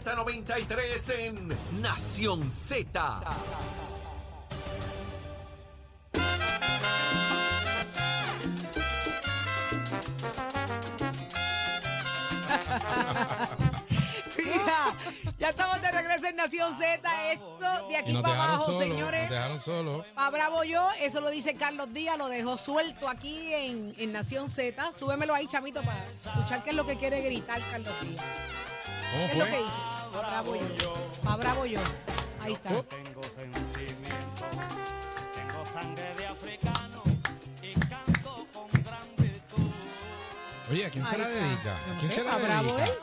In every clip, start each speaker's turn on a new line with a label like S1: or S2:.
S1: Z93 en Nación Z.
S2: Mira, ya estamos de regreso en Nación Z. Esto de
S3: Y
S2: aquí
S3: nos
S2: para
S3: dejaron
S2: abajo,
S3: solos. Nos
S2: señores.
S3: dejaron solos.
S2: Pa' bravo yo, eso lo dice Carlos Díaz, lo dejó suelto aquí en, en Nación Z. Súbemelo ahí, chamito, para escuchar qué es lo que quiere gritar Carlos Díaz.
S3: ¿Cómo
S2: ¿Qué es lo que
S3: fue?
S2: dice? Pa' bravo yo. Pa' bravo yo. Ahí está.
S3: Oh.
S4: Tengo sentimiento, tengo sangre de africano y canto con gran virtud.
S3: Oye, ¿a quién se
S2: Ahí
S3: la
S2: está.
S3: dedica?
S2: Yo
S3: ¿A
S2: no
S3: quién
S2: sé,
S3: se la
S2: pa' bravo ¿eh?
S3: dedica?
S2: él.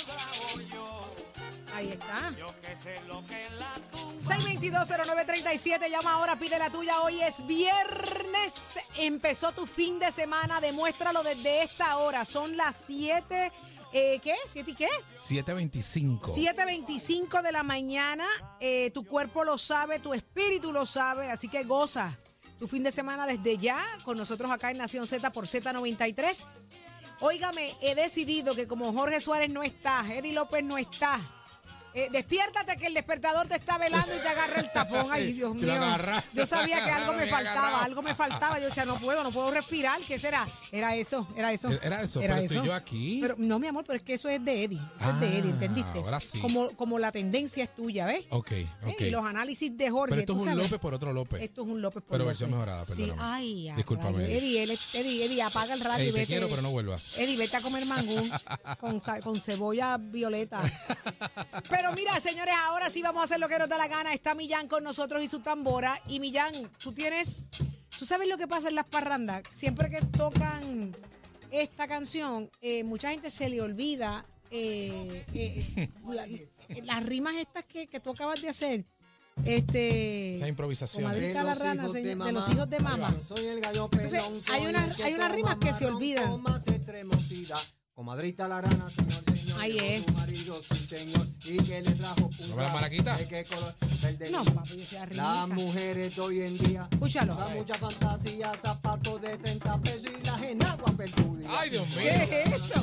S2: Ahí está.
S4: Yo que sé lo que es la tumba.
S2: 622-0937, llama ahora, pide la tuya. Hoy es viernes, empezó tu fin de semana, demuéstralo desde esta hora. Son las 7, eh, ¿qué? ¿7 y qué?
S3: 725.
S2: 7.25 de la mañana, eh, tu cuerpo lo sabe, tu espíritu lo sabe, así que goza tu fin de semana desde ya con nosotros acá en Nación Z por Z93. Óigame, he decidido que como Jorge Suárez no está, Eddie López no está, eh, despiértate que el despertador te está velando y te agarra el tapón. Ay, Dios
S3: Te lo
S2: mío.
S3: agarra.
S2: Yo sabía que algo
S3: Lo
S2: me
S3: había agarrado.
S2: faltaba, algo me faltaba. Yo decía, no puedo, no puedo respirar. ¿Qué será? Era eso, era eso.
S3: Era eso, pero estoy yo aquí.
S2: Pero, no, mi amor, pero es que eso es de Eddie. Eso es
S3: Ah,
S2: de Eddie, ¿entendiste?
S3: ahora sí.
S2: Como, como la tendencia es tuya, ¿ves?
S3: Ok,
S2: ¿Eh?
S3: ok.
S2: Y los análisis de Jorge.
S3: Pero esto es
S2: ¿tú
S3: un
S2: sabes?
S3: López por otro López.
S2: Esto es un López por
S3: Pero
S2: López.
S3: versión mejorada,
S2: Sí,
S3: perdóname.
S2: ay, ay,
S3: Discúlpame,
S2: rayo. Eddie, él es- Eddie, Eddie, apaga el radio
S3: Ey,
S2: y
S3: te
S2: vete.
S3: quiero, pero no vuelvas.
S2: Eddie, vete a comer mangú con, sa- con cebolla violeta. Pero mira, señores, ahora sí vamos a hacer lo que nos da la gana. Está Millán con nosotros y su tambora. Y Millán, tú tienes... ¿Tú sabes lo que pasa en las parrandas? Siempre que tocan esta canción, eh, mucha gente se le olvida eh, eh, la- las rimas estas que, que tú acabas de hacer. Este,
S3: Esas improvisaciones.
S2: Comadrita la
S5: De los
S2: rana,
S5: hijos de
S2: señor, de
S5: mamá.
S2: los hijos de mamá.
S5: Soy el gallo
S2: Entonces,
S5: pelón,
S2: hay
S5: soy
S2: una-
S5: el que
S2: hay unas
S5: toma
S2: rimas que se
S5: marrón
S2: olvidan.
S5: con más extremosida. Comadrita la rana, señor, señor.
S2: Ahí
S5: llegó
S2: es.
S5: tu marido, sí, señor. Y que le trajo
S3: ¿No me la maraquita?
S5: ¿De qué color? Verde.
S2: No, papi, yo sea
S5: Las
S2: rimita.
S5: mujeres de hoy en día
S2: Escúchalo.
S5: usan mucha fantasía, zapatos de 30 pesos y las enaguas perjudican.
S3: Ay, Dios mío.
S2: ¿Qué es eso?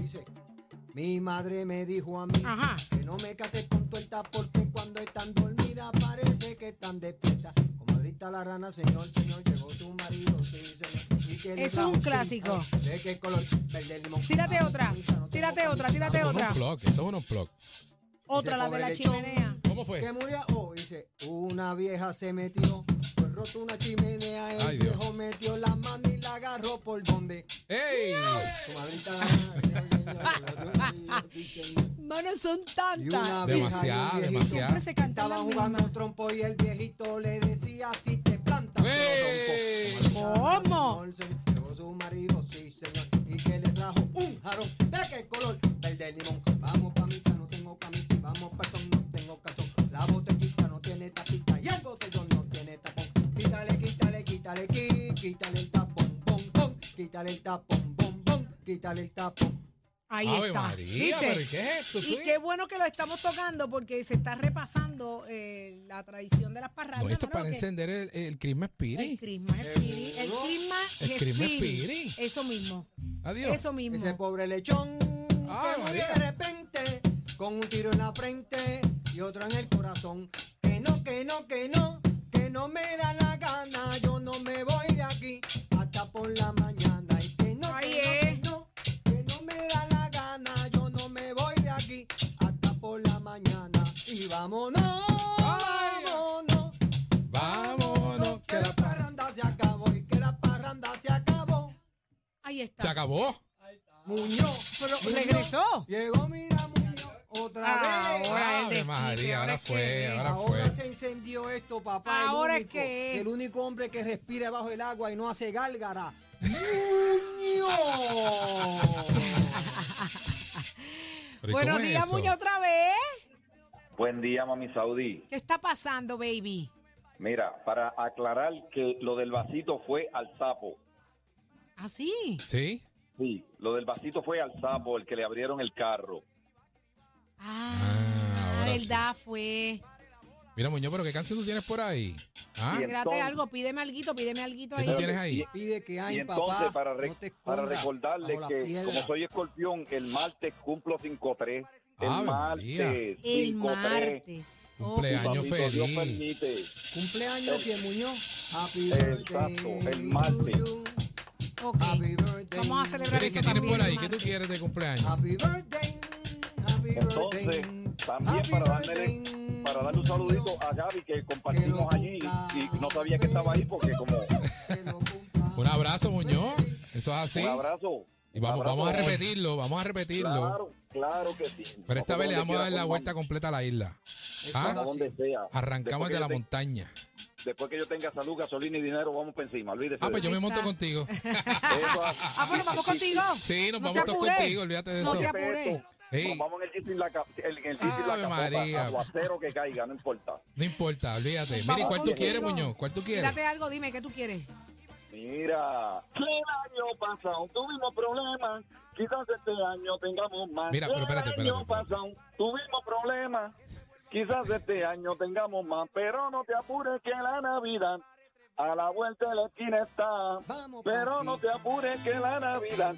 S5: Dice, Mi madre me dijo a mí
S2: Ajá.
S5: que no me case con tuerta porque cuando están dormidas parece que están despiertas. Comadrita la rana, señor, señor, llegó tu marido, sí, señor. Y que le
S2: Eso es un
S5: trajo
S2: clásico.
S5: tinta, ¿De qué color? Verde limón.
S2: Tírate otra, tírate otra, tírate
S3: Ah, Esto es
S2: otra.
S3: un plug, esto es un plug.
S2: Otra, la de la chimenea.
S3: ¿Cómo fue?
S5: Que murió, oh, dice, una vieja se metió, fue roto una chimenea, el
S3: Ay, Dios.
S5: viejo metió la mano y la agarró por donde.
S3: ¡Ey!
S5: Comadrita la rana, señor, señor, llegó tu marido, sí, señor.
S2: Mano, son
S5: Y una
S2: tantas.
S5: vieja
S3: Demasiada,
S5: y un viejito
S3: demasiada.
S2: Siempre se cantan
S5: Estaba
S2: las
S5: jugando
S2: mismas.
S5: trompo y el viejito le decía si te plantas.
S3: ¡Ey!
S5: yo trompo".
S2: ¿Cómo?
S5: Señor, señor, Llegó su marido, sí señor, y que le trajo un jarón de qué color, verde limón. Vamos pa' mi casa, no tengo camisa, vamos pa' son, no tengo cartón. La botellita no tiene tapita y el botellón no tiene tapón. Quítale, quítale, quítale, qui- quítale el tapón, bon, bon, quítale el tapón, bon, bon, quítale el tapón.
S2: Ahí
S3: Ave
S2: está.
S3: María,
S2: ¿Viste?
S3: pero ¿y qué es esto,
S2: Y
S3: sí?
S2: qué bueno que lo estamos tocando porque se está repasando eh, la tradición de las parrandas.
S3: No, esto es
S2: mano,
S3: para
S2: que-
S3: encender el, el Christmas
S2: El
S3: Spirit.
S2: Christmas Spirit. El Christmas
S3: El Christmas
S2: Spirit.
S3: Spirit.
S2: Eso mismo.
S3: Adiós.
S2: Eso mismo.
S5: Ese pobre lechón
S3: Ah,
S5: que murió
S3: María.
S5: de repente con un tiro en la frente y otro en el corazón. Que no, que no, que no, que no me da la gana, yo no me voy de aquí hasta por la mañana. Y que no,
S2: Ahí
S5: que,
S2: es.
S3: eh.
S5: no que no, que no me da la gana, yo no me voy de aquí hasta por la mañana. Y vámonos,
S3: Ay.
S5: vámonos,
S3: Vámonos, que la pa-
S5: parranda se acabó y que la parranda se acabó.
S2: Ahí
S3: Se
S2: está.
S3: acabó.
S5: Muñoz, pero
S2: Regresó. Ah,
S5: Llegó, mira, Muñoz, otra vez.
S2: Ahora el
S3: Ave
S2: desquite,
S3: María,
S2: ahora
S3: ahora
S2: es que-
S3: fue, ahora
S5: Ahora
S3: fue.
S5: se incendió esto, papá.
S2: Ahora es
S5: el único,
S2: que-
S5: El único hombre que respira bajo el agua y no hace gálgara. ¡Muñoz!
S3: Pero ¿y
S2: Buenos
S3: cómo es
S2: días,
S3: eso?
S2: Muñoz, otra vez.
S6: Buen día, mami Saudí.
S2: ¿Qué está pasando, baby?
S6: Mira, para aclarar que lo del vasito fue al sapo.
S2: ¿Ah, Así.
S3: ¿Sí?
S6: Sí, lo del vasito fue al sapo, el que le abrieron el carro.
S2: Ah,
S3: ahora sí.
S2: verdad fue.
S3: Mira, Muñoz, pero ¿qué canción tú tienes por ahí? ¿Ah?
S6: Bien.
S2: Espérate
S6: entonces-
S2: algo, pídeme alguito, pídeme alguito
S3: ¿Qué
S2: ahí.
S3: tú tienes ahí?
S6: Y-
S5: Pide que hay,
S6: Y entonces,
S5: papá.
S6: para, re-
S5: no te
S6: para
S5: escondas
S6: recordarles
S5: bajo la
S6: que,
S5: piedra.
S6: como soy escorpión, el martes cumplo 5-3. El
S3: Ave María.
S6: martes.
S2: El
S6: 5-3.
S2: martes.
S3: Cumpleaños. Año
S6: Papito, Dios
S3: feliz.
S6: permite.
S5: Cumpleaños y el Muñoz. Happy
S6: Exacto,
S5: birthday
S6: el martes.
S5: to you.
S2: Oh, ok.
S5: Happy birthday.
S2: Vamos a celebrar
S3: Mira,
S2: eso
S3: ¿Qué tienes
S2: también
S3: por ahí?
S2: el
S3: ¿Qué tú
S2: martes.
S3: quieres de cumpleaños?
S5: Happy birthday. Happy birthday.
S6: Entonces, también
S5: happy
S6: para darle,
S5: birthday.
S6: para darle un saludito a Gaby que compartimos allí y, y no sabía que estaba ahí porque como
S5: Que lo cumpla.
S3: Un abrazo, Muñoz. Eso es así.
S6: un abrazo.
S3: Y vamos,
S6: un abrazo.
S3: vamos a repetirlo, vamos a repetirlo.
S6: Claro, claro que sí.
S3: Pero esta
S6: Nosotros
S3: vez le
S6: donde
S3: vamos a
S6: quiera
S3: dar la
S6: formamos,
S3: vuelta completa a la isla.
S5: Eso
S3: ¿Ah?
S5: es
S6: a
S5: así.
S6: donde sea.
S3: Arrancamos
S6: Después que
S3: de la
S6: yo te-
S3: montaña.
S6: Después que yo tenga salud, gasolina y dinero, vamos para encima. Olvídese.
S3: Ah, pues
S6: de
S3: yo
S2: Ahí
S3: me monto
S2: está.
S3: contigo.
S6: eso.
S2: Ah, bueno, vamos contigo.
S3: Sí, nos
S2: No te
S3: vamos todos
S2: apures.
S3: contigo, olvídate de
S2: No
S3: eso.
S2: te
S6: Pepe,
S2: apures.
S6: esto.
S3: Sí.
S6: Nos vamos en el jeep sin la, cap- el, en el jeep sin la
S3: Ave
S6: capota,
S3: María.
S6: aguacero que caiga, no importa.
S3: No importa, olvídate. Mira, ¿y
S6: vamos
S3: ¿cuál tú
S6: contigo.
S3: quieres, Muñoz? ¿Cuál tú quieres?
S2: Tírate algo, dime, ¿qué tú quieres?
S6: Mira, el año pasado tuvimos problemas, quizás este año tengamos más.
S3: Mira, pero espérate,
S6: el año
S3: espérate, espérate.
S6: pasado tuvimos problemas, quizás este año tengamos más, pero no te apures que la Navidad a la vuelta de la esquina está.
S5: Vamos,
S6: Pero
S5: papi.
S6: no te apures que la Navidad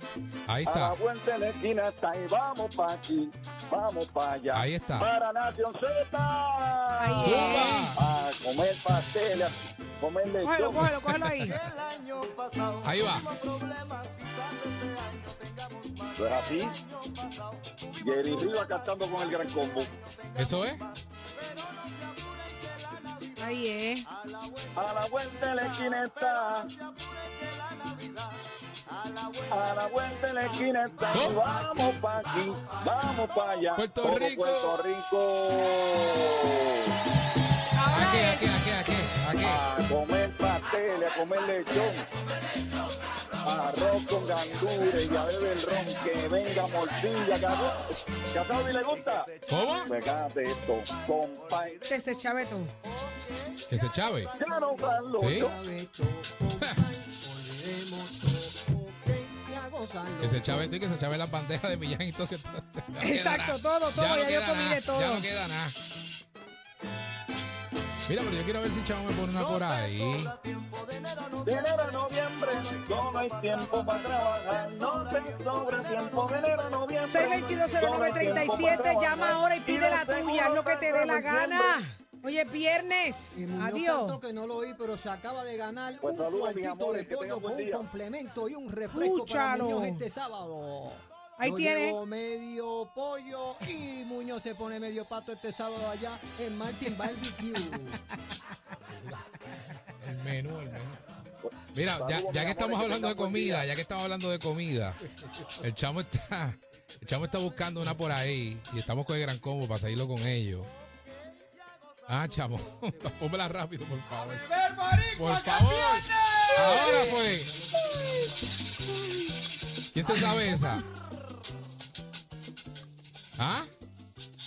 S3: Ahí
S6: a la
S3: está.
S6: vuelta de la esquina está y vamos para aquí, vamos para allá.
S3: Ahí está.
S6: Para Nación Z.
S2: Ahí es.
S3: Zumba.
S6: A comer pastel, a comer
S2: Cógelo,
S6: lechón.
S2: cógelo, cógelo ahí.
S5: El año pasado.
S3: Ahí va.
S5: tuvimos problemas, quizás este año tengamos más.
S6: Pero así,
S5: El año pasado tuvimos
S6: Jerry Rivas cantando con el gran combo.
S3: ¿Eso es?
S2: Ahí es.
S5: Ah,
S6: A la vuelta de la esquina está. A la vuelta de la esquina está.
S3: ¿No?
S6: Vamos pa' aquí, vamos pa' allá.
S3: Puerto
S6: Todo
S3: Rico.
S6: Puerto Rico.
S5: ah,
S3: ¿A qué,
S2: Ahora
S3: a qué,
S2: es.
S3: a qué, a qué? ¿A
S6: A comer pastel, a comer lechón. Arroz con gandules y a beber el ron. Que venga morcilla. que a- Que a Saudi le gusta.
S3: qué? ¿Cómo?
S6: Pegate esto, compadre.
S5: ah.
S2: Te se chaveto.
S3: Que se chave.
S6: Ya no Carlos.
S3: ¿Sí?
S6: yo-
S3: Que se chave tú y que se chave la bandeja de Millán y todo. que todo- ya no queda
S2: Exacto,
S3: nada.
S2: todo, todo,
S3: no
S2: ya yo
S3: queda
S2: comí
S3: nada,
S2: de todo.
S3: Ya no queda nada. Mira, pero yo quiero ver si Chavo me pone una por ahí.
S6: De enero a noviembre, no hay tiempo para trabajar. No te sobra tiempo. De enero a noviembre.
S2: 6220937, llama ahora y pide la tuya, es lo que te dé la gana. Oye, es viernes.
S5: Y Muñoz
S2: Adiós.
S5: cantó que no lo oí, pero se acaba de ganar
S6: Pues
S5: un
S6: saludos, mis
S5: cuartito
S6: amores,
S5: de
S6: que tengan
S5: pollo
S6: buen
S5: con un
S6: día.
S5: complemento y un refresco
S2: Escúchalo.
S5: para Muñoz este sábado.
S2: Ahí
S5: Yo
S2: tiene.
S5: llevo medio pollo y Muñoz se pone medio pato este sábado allá en Martin Barbecue.
S3: El menú, el menú. Mira, ya, ya que estamos hablando de comida, ya que estamos hablando de comida, el chamo está, el chamo está buscando una por ahí y estamos con el gran combo para seguirlo con ellos. Ah, chamo, pónmela rápido, por favor. Por favor. Ahora pues. ¿Quién se sabe esa? ¿Ah?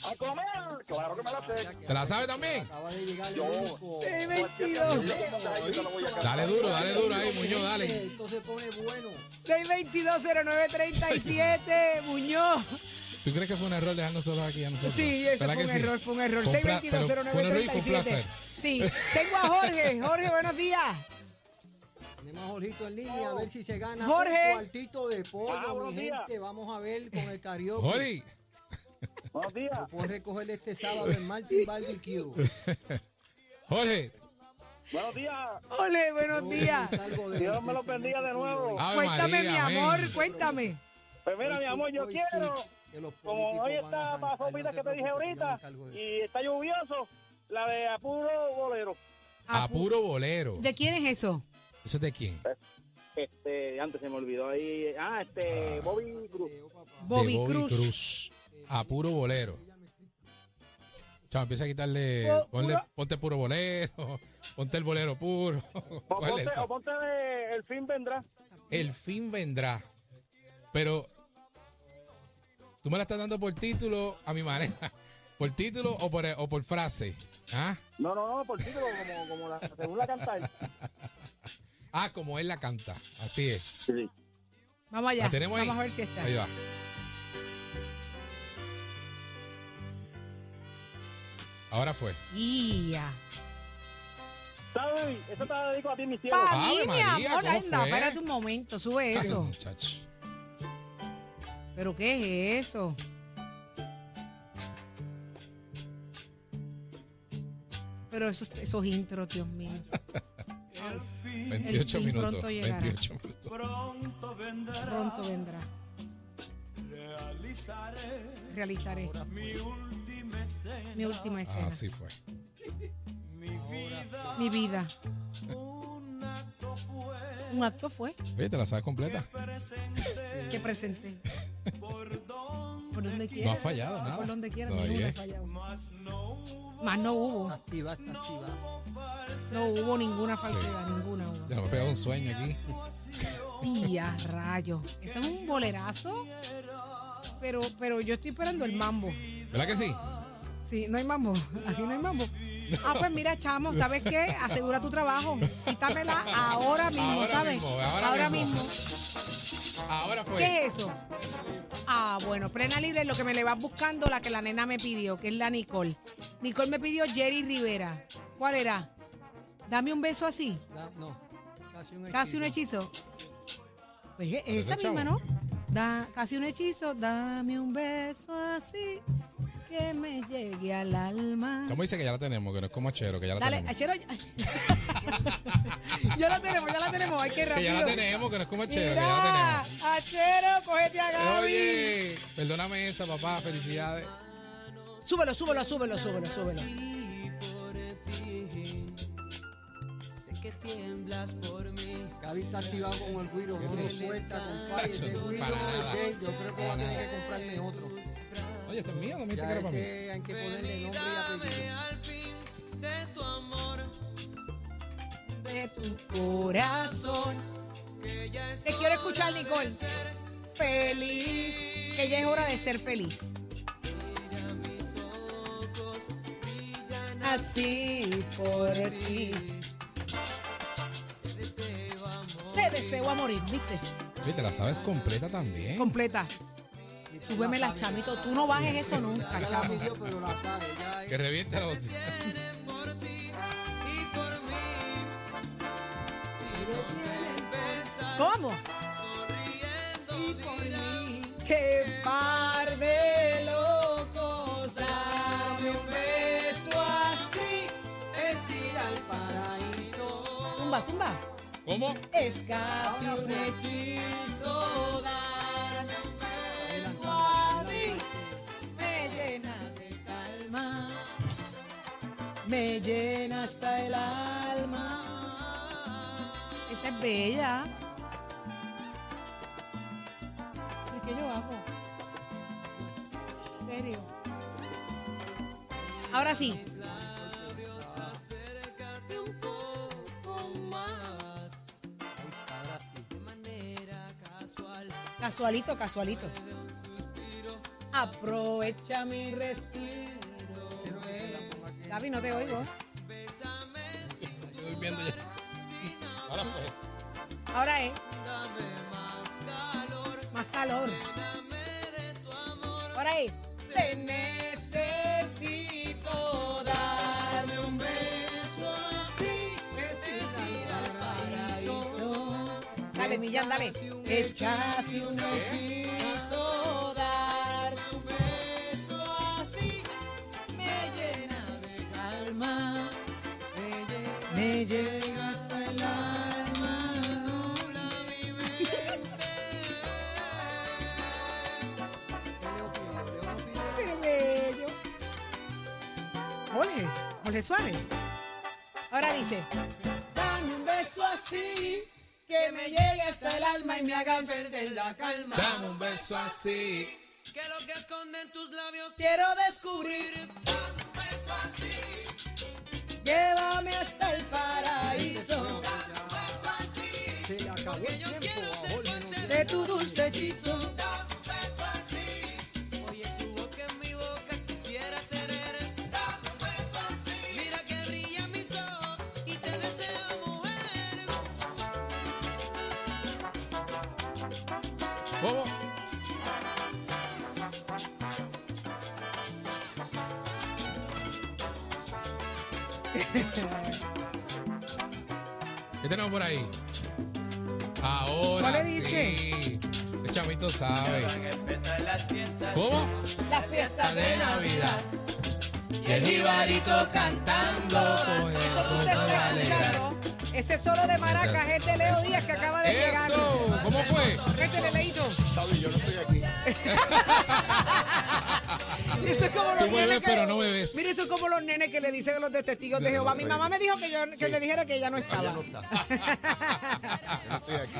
S6: A comer. Claro que me la sé.
S3: ¿Te la sabe también?
S5: Acaba de llegar el
S6: Yo-
S5: único.
S6: Yo
S2: 622.
S6: como gallo, yo la voy a
S3: Ah.
S6: cantar.
S3: Dale duro, dale duro ahí, Muñoz, dale.
S5: Esto se pone bueno.
S2: 6220937, Muñoz.
S3: ¿Tú crees que fue un error dejarnos solos aquí a nosotros?
S2: Sí, ese
S3: ¿Verdad
S2: fue un
S3: que sí?
S2: error, fue un error.
S3: Con pla- pero Fue un error y con
S2: 6220937.
S3: placer.
S2: Sí, tengo a Jorge. Jorge, buenos días.
S5: Tenemos a Jorgito en línea a ver si se gana
S2: Jorge.
S5: un cuartito de pollo,
S6: Ah,
S5: mi
S6: buenos días.
S5: gente. Vamos a ver con el karaoke.
S3: Jorge,
S6: Buenos días.
S5: Puedes recoger este sábado en Martin Barbecue.
S3: Jorge,
S6: Buenos días.
S2: Jorge, buenos días.
S5: Algo de-
S6: Dios me los bendiga de nuevo.
S3: Ave
S2: Cuéntame,
S3: María,
S2: mi
S3: amén.
S2: amor, cuéntame.
S6: Pues mira,
S5: Hoy
S6: mi
S5: sí,
S6: amor, yo
S5: hoy sí,
S6: quiero.
S5: que los
S6: Como
S5: políticos
S6: hoy
S5: van a
S6: está
S5: arrancar,
S6: más sopita
S5: no
S6: que te
S5: preocupes,
S6: dije
S5: yo me
S6: ahorita
S5: encargo de-
S6: y está lluvioso, la de apuro bolero.
S3: A puro bolero.
S2: ¿De quién es eso?
S3: ¿Eso es de quién?
S6: Este, antes se me olvidó ahí. Ah, este, Bobby Cruz.
S3: eh,
S2: Bobby,
S3: de Bobby
S2: Cruz.
S3: Cruz. A puro bolero. Chao, empieza a quitarle.
S2: Po-
S3: ponle-
S2: puro-
S3: Ponte puro bolero. Ponte el bolero puro.
S6: O
S3: ¿Cuál es
S6: ponte,
S3: esa?
S6: o ponte de El fin vendrá.
S3: El fin vendrá. Pero. ¿Tú me la estás dando por título a mi manera? ¿Por título o por, o por frase? ¿Ah?
S6: No, no, no, por título, como, como la, según la cantar.
S3: ah, como él la canta. Así es.
S6: Sí.
S2: Vamos allá.
S3: ¿La tenemos ahí?
S2: Vamos a ver si está.
S3: Ahí va. Ahora fue.
S2: Ya.
S7: ¿Sabes? Eso te lo dedico a ti, mi cielo.
S8: Ah.
S2: Para
S3: Ave
S2: mí, mi
S3: María,
S2: amor,
S3: ¿cómo
S2: anda,
S3: fue?
S2: espérate un momento, sube eso.
S3: Muchacho.
S2: ¿Pero qué es eso? Pero esos, esos intros, Dios mío.
S3: 28
S2: fin
S3: minutos.
S2: pronto llegará.
S3: 28 minutos. Ah,
S4: Pronto vendrá,
S2: Pronto vendrá.
S4: realizaré
S2: Realizaré
S4: mi última escena,
S2: mi última escena.
S3: Así fue.
S4: mi vida,
S2: Mi vida.
S4: un acto fue
S2: Un acto fue
S3: Oye, te la sabes completa.
S4: presente
S2: que presenté.
S4: por donde
S2: Por donde quiera.
S3: No ha fallado nada.
S2: Por donde quiera,
S3: No,
S2: ninguno
S3: oye.
S2: ha fallado.
S4: más no hubo
S2: Más no hubo.
S5: Activa, está activa.
S2: No hubo ninguna falsedad, ninguna hubo.
S3: Ya me he pegado un sueño aquí.
S2: Tía, rayo. Eso es un bolerazo. Pero, pero yo estoy esperando el mambo.
S3: ¿Verdad que sí?
S2: Sí, no hay mambo. Aquí no hay mambo. Ah, pues mira, chamo, ¿sabes qué? Asegura tu trabajo. Quítamela ahora mismo,
S3: Ahora
S2: ¿sabes?
S3: mismo, ahora mismo. Pues. Ahora fue.
S2: ¿Qué es eso? Ah, bueno, plena libre es lo que me le vas buscando, la que la nena me pidió, que es la Nicole. Nicole me pidió Jerry Rivera. ¿Cuál era? Dame un beso así.
S5: Da- No, casi un
S2: Casi un hechizo. Pues e-
S3: Parece
S2: esa misma,
S3: chavo.
S2: ¿no? Da, casi un hechizo, dame un beso así que me llegue al alma.
S3: ¿Cómo dice que ya la tenemos? Que no es como chero, que ya la
S2: Dale,
S3: tenemos.
S2: Achero. ya la tenemos, ya la tenemos. Hay que
S3: Que
S2: rápido.
S3: ya la tenemos, que no es como chero, que ya
S2: Mira,
S3: la
S2: Achero, cógete a
S3: tenemos.
S2: Gaby.
S3: Oye, perdóname esa, papá. Felicidades.
S2: Súbelo, súbelo, súbelo, súbelo, súbelo.
S5: Gaby está activado con el guiro, no lo suelta, compadre. Ese
S3: Chacho,
S5: guiro
S3: para nada.
S5: es de él, yo creo que va a tener que comprarme otro.
S3: Oye, esto es mío, no me dijiste que
S5: Ya
S3: era para mí.
S5: ese hay que ponerle nombre y apellido.
S2: de tu corazón. Te quiero escuchar, Nicole. Feliz. Que ya es hora de ser feliz. Así por ti. Te deseo a morir, ¿viste?
S3: Oye, te la sabes completa también.
S2: Completa. Súbeme la chamito. Tú no bajes eso nunca,
S5: Ya la
S2: chamo.
S5: pidió, pero la sabe. Ya
S3: Que revienta la voz.
S2: ¿Cómo? ¡Qué par de locos! Dame un beso así.
S5: es ir al paraíso.
S2: Zumba, zumba.
S3: ¿Cómo?
S2: Es casi un hechizo. Dame un beso así. Me llena de calma. Me llena hasta el alma. Esa es bella. ¿Por qué yo hago? ¿En serio? Ahora sí. Casualito, casualito. Aprovecha mi respiro. David, no te oigo.
S3: Estoy viendo ya. Ahora fue.
S2: Ahora es. más calor. Ahora es. Te necesito darme un beso así. Dale, Millán, dale. Es casi un hechizo darme un beso así. Me llena de calma. Me llega hasta el alma, nubla mi mente. ¡Qué bello! ¡Ole! ¡Ole Suárez! Ahora dice: Dame un beso así, que me llegue hasta el alma y me hagan perder la calma.
S3: Dame un beso así.
S2: Quiero descubrir. Llévame hasta el paraíso.
S5: Se le acabó el tiempo. Ahora no
S2: de tu dulce hechizo. oh,
S3: ¿Cómo? ¿Qué tenemos por ahí? Ahora.
S2: ¿Cuál le dice?
S3: sí. El chamito sabe.
S4: Empezar las fiestas.
S3: ¿Cómo?
S2: Las fiestas
S3: de Navidad. Y el jibarito cantando. Con el
S2: Eso tú te
S3: mundo
S2: estás
S3: alegre.
S2: escuchando. Ese solo de maracas es de Leo Díaz que acaba de llegar.
S3: Eso. ¿Cómo fue?
S2: Métele, Leito.
S7: Sabi, yo no estoy aquí.
S2: Y Eso es como los
S3: Tú me
S2: nenes
S3: ves,
S2: que-
S3: pero no me ves.
S2: Mira, eso es como los nenes que le dicen a los de testigos de Jehová. Mi mamá me dijo que yo que le dijera que ella
S3: Ah,
S2: no
S7: Ella
S2: estaba.
S7: no está. Yo no estoy aquí.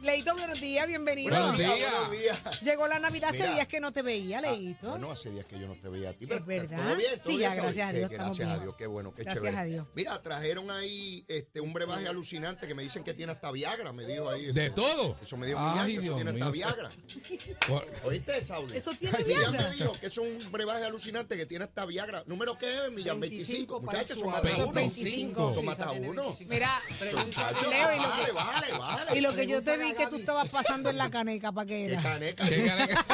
S2: Leito, buenos días, bienvenido.
S3: Buenos días. Ah,
S7: Buenos días.
S2: Llegó la Navidad, hace
S7: Mira.
S2: días que no te veía, Leito.
S7: No, hace días que yo no te veía a ti.
S2: Es
S7: pero
S2: verdad.
S7: ¿Todo bien?
S2: Sí,
S7: ¿Todo bien,
S2: ya,
S7: Sabi?
S2: gracias a
S7: Qué-
S2: Dios,
S7: qué-
S2: estamos
S7: Gracias a
S2: bien.
S7: Dios, qué bueno, qué
S2: Gracias
S7: chévere.
S2: a Dios.
S7: Mira, trajeron ahí este, un brebaje alucinante que me dicen que tiene hasta Viagra, me dijo ahí.
S3: ¿De todo?
S7: Eso me dijo
S3: Ay,
S7: Millán, que eso
S3: Dios
S7: tiene hasta
S3: mío.
S7: Viagra. ¿Oíste, Saudi?
S2: Eso tiene
S7: Millán
S2: Viagra.
S7: me dijo que eso es un brebaje alucinante que tiene hasta Viagra. ¿Número qué es, Millán? 25.
S5: 25 para
S7: Muchachos,
S5: el
S7: son
S5: suave.
S7: hasta uno.
S2: 25.
S7: Son hasta uno.
S2: Mira,
S7: Muchachos,
S2: Leo, y lo
S7: vale,
S2: que-
S7: vale, vale.
S2: y lo que yo te vi que tú estabas pasando en la caneca, ¿para qué
S7: Qué
S2: era?
S7: caneca.
S3: Qué caneca.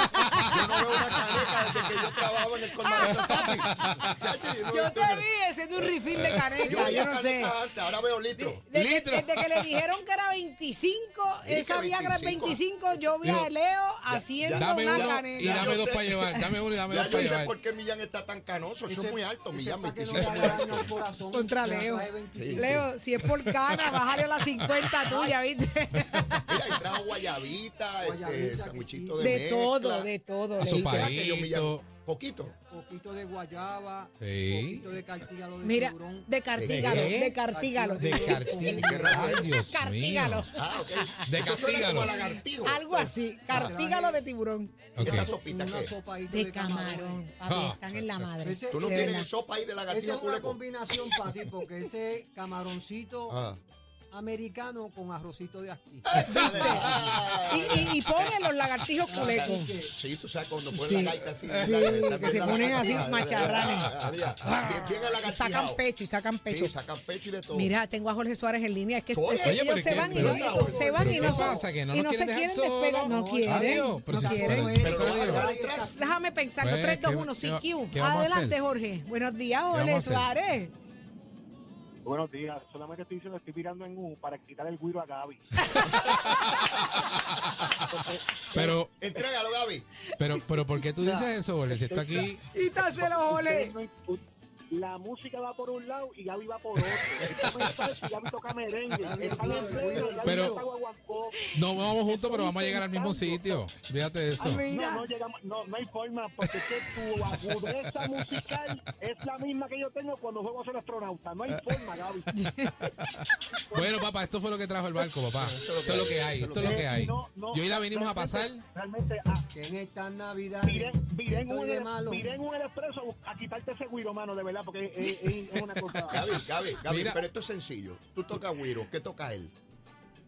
S7: Yo no veo una caneca desde que yo trabajaba en el colmado de Tati. Muchachos, yo no veo
S2: Yo te
S7: una-
S2: vi haciendo un refill de
S7: Yo
S2: caneca, yo
S7: veía
S2: no sé.
S7: canecas antes, ahora veo litros.
S2: Desde,
S3: Litro.
S2: desde que le dijeron que era 25,
S7: Dije
S2: esa Viagra es
S7: 25.
S2: 25, yo vi a
S3: Digo,
S2: Leo haciendo
S3: Dame
S2: una
S3: uno y
S2: caneca.
S7: Ya
S3: dame
S7: yo
S3: dos
S7: sé.
S3: para llevar. Dame uno y dame dos
S7: Ya yo
S3: para
S7: sé
S3: llevar.
S7: por qué Millán está tan canoso. Eso es muy alto,
S5: Dice,
S7: Millán
S5: para que no
S7: 25.
S5: le haga daño al corazón,
S2: Contra
S5: me
S2: Leo.
S5: trae 25.
S2: Leo, si es por cana, bájale a las 50 tuya, ¿viste?
S7: Mira, y trajo guayabita,
S5: Guayabita,
S7: este,
S5: que
S7: sanguchito de
S2: De
S7: mezcla. Ah,
S2: todo, de todo,
S7: ¿Y
S2: Leo.
S7: qué hace yo, Millán?
S3: Sopadito.
S7: Poquito.
S5: Poquito de guayaba,
S3: Sí.
S5: poquito de cartílago de
S2: Mira,
S5: tiburón.
S2: de cartígalo,
S3: ¿Eh?
S2: de cartígalo.
S3: De cartígalo. Ay, Dios
S2: Cartígalo.
S3: mío.
S7: Ah, ok.
S3: De
S7: Eso suena como
S3: castígalo.
S7: lagartijo. Pues, ah,
S2: Algo así, cartígalo de tiburón.
S3: Ok.
S7: Esa sopita
S5: Una
S7: que es.
S5: sopa
S2: De camarón, papi,
S3: Ah,
S2: están en la
S3: chacho.
S2: madre.
S5: Ese-
S7: Tú no
S2: De
S7: tienes
S2: verdad.
S7: sopa ahí de
S5: Esa
S7: lagartijo
S5: es una
S7: culeco.
S5: combinación para ti, porque ese camaroncito
S7: Ah.
S5: americano con arrocito de aquí.
S7: Échale. Ah.
S2: Y, y, y ponen los lagartijos
S5: Así
S2: culecos.
S5: que,
S7: Sí, tú sabes cuando ponen
S2: Sí.
S7: la gaita así.
S2: Sí, que se ponen así, macharranes.
S7: macharranes. Bien
S2: Y sacan pecho, y sacan pecho.
S7: Sí, sacan pecho y de todo.
S2: Mira, tengo a Jorge Suárez en línea. Es que
S7: Oye,
S2: es que
S3: pero
S2: ellos
S3: es
S2: se
S3: que-
S2: van y
S7: pero-
S2: no se van
S3: ¿pero
S2: y
S3: qué
S2: no
S3: pasa? ¿Que no
S2: y
S3: nos
S2: no se
S3: quieren
S2: quieren
S3: dejar
S2: despegar.
S3: solos?
S2: No quieren.
S3: Adiós, pero
S2: no
S3: si se
S2: quieren.
S3: fueron-
S7: Pero lo van a dejar
S5: Está-
S7: atrás.
S2: Déjame pensar.
S3: Pues,
S2: 3, 2, 1,
S3: ¿qué-
S2: CQ.
S3: qué vamos a
S2: Adelante,
S3: hacer?
S2: Jorge. Buenos días, Jorge
S3: vamos a hacer?
S2: Suárez.
S8: Buenos días, solamente estoy diciendo estoy mirando en U para quitar el guiro a Gaby.
S3: Pero,
S7: Entrégalo, Gaby.
S3: pero, pero, ¿por qué tú dices eso, Jorge? Si está aquí.
S2: Quítaselo, Jorge.
S8: Ustedes no- La música va por un lado y Gaby va por otro. Está en salsa y Gaby toca merengue. Está en pleno y Gaby
S3: Pero-
S8: toca guaguancó.
S3: No vamos juntos, pero vamos a llegar al mismo sitio. Fíjate de
S5: Ah,
S3: eso.
S8: No,
S2: Mira.
S8: no llegamos, no, no hay forma, porque es que tu agudeza musical es la misma que yo tengo cuando juego a ser astronauta. No hay forma, Gaby.
S3: Bueno, papá, esto fue lo que trajo el barco, papá. Esto es lo que hay, esto es lo que hay.
S8: Eh, no, no,
S3: Y hoy la vinimos a pasar.
S8: realmente- Realmente, ah,
S5: que en esta Navidad
S8: Viré, viré en un,
S5: de malo.
S8: viré en un expreso a bus- a quitarte ese guiro, mano, de verdad, porque es, es- es una cosa.
S7: Gaby, Gaby, Gaby.
S3: Mira.
S7: Pero esto es sencillo. Tú tocas Wiro, ¿qué toca él?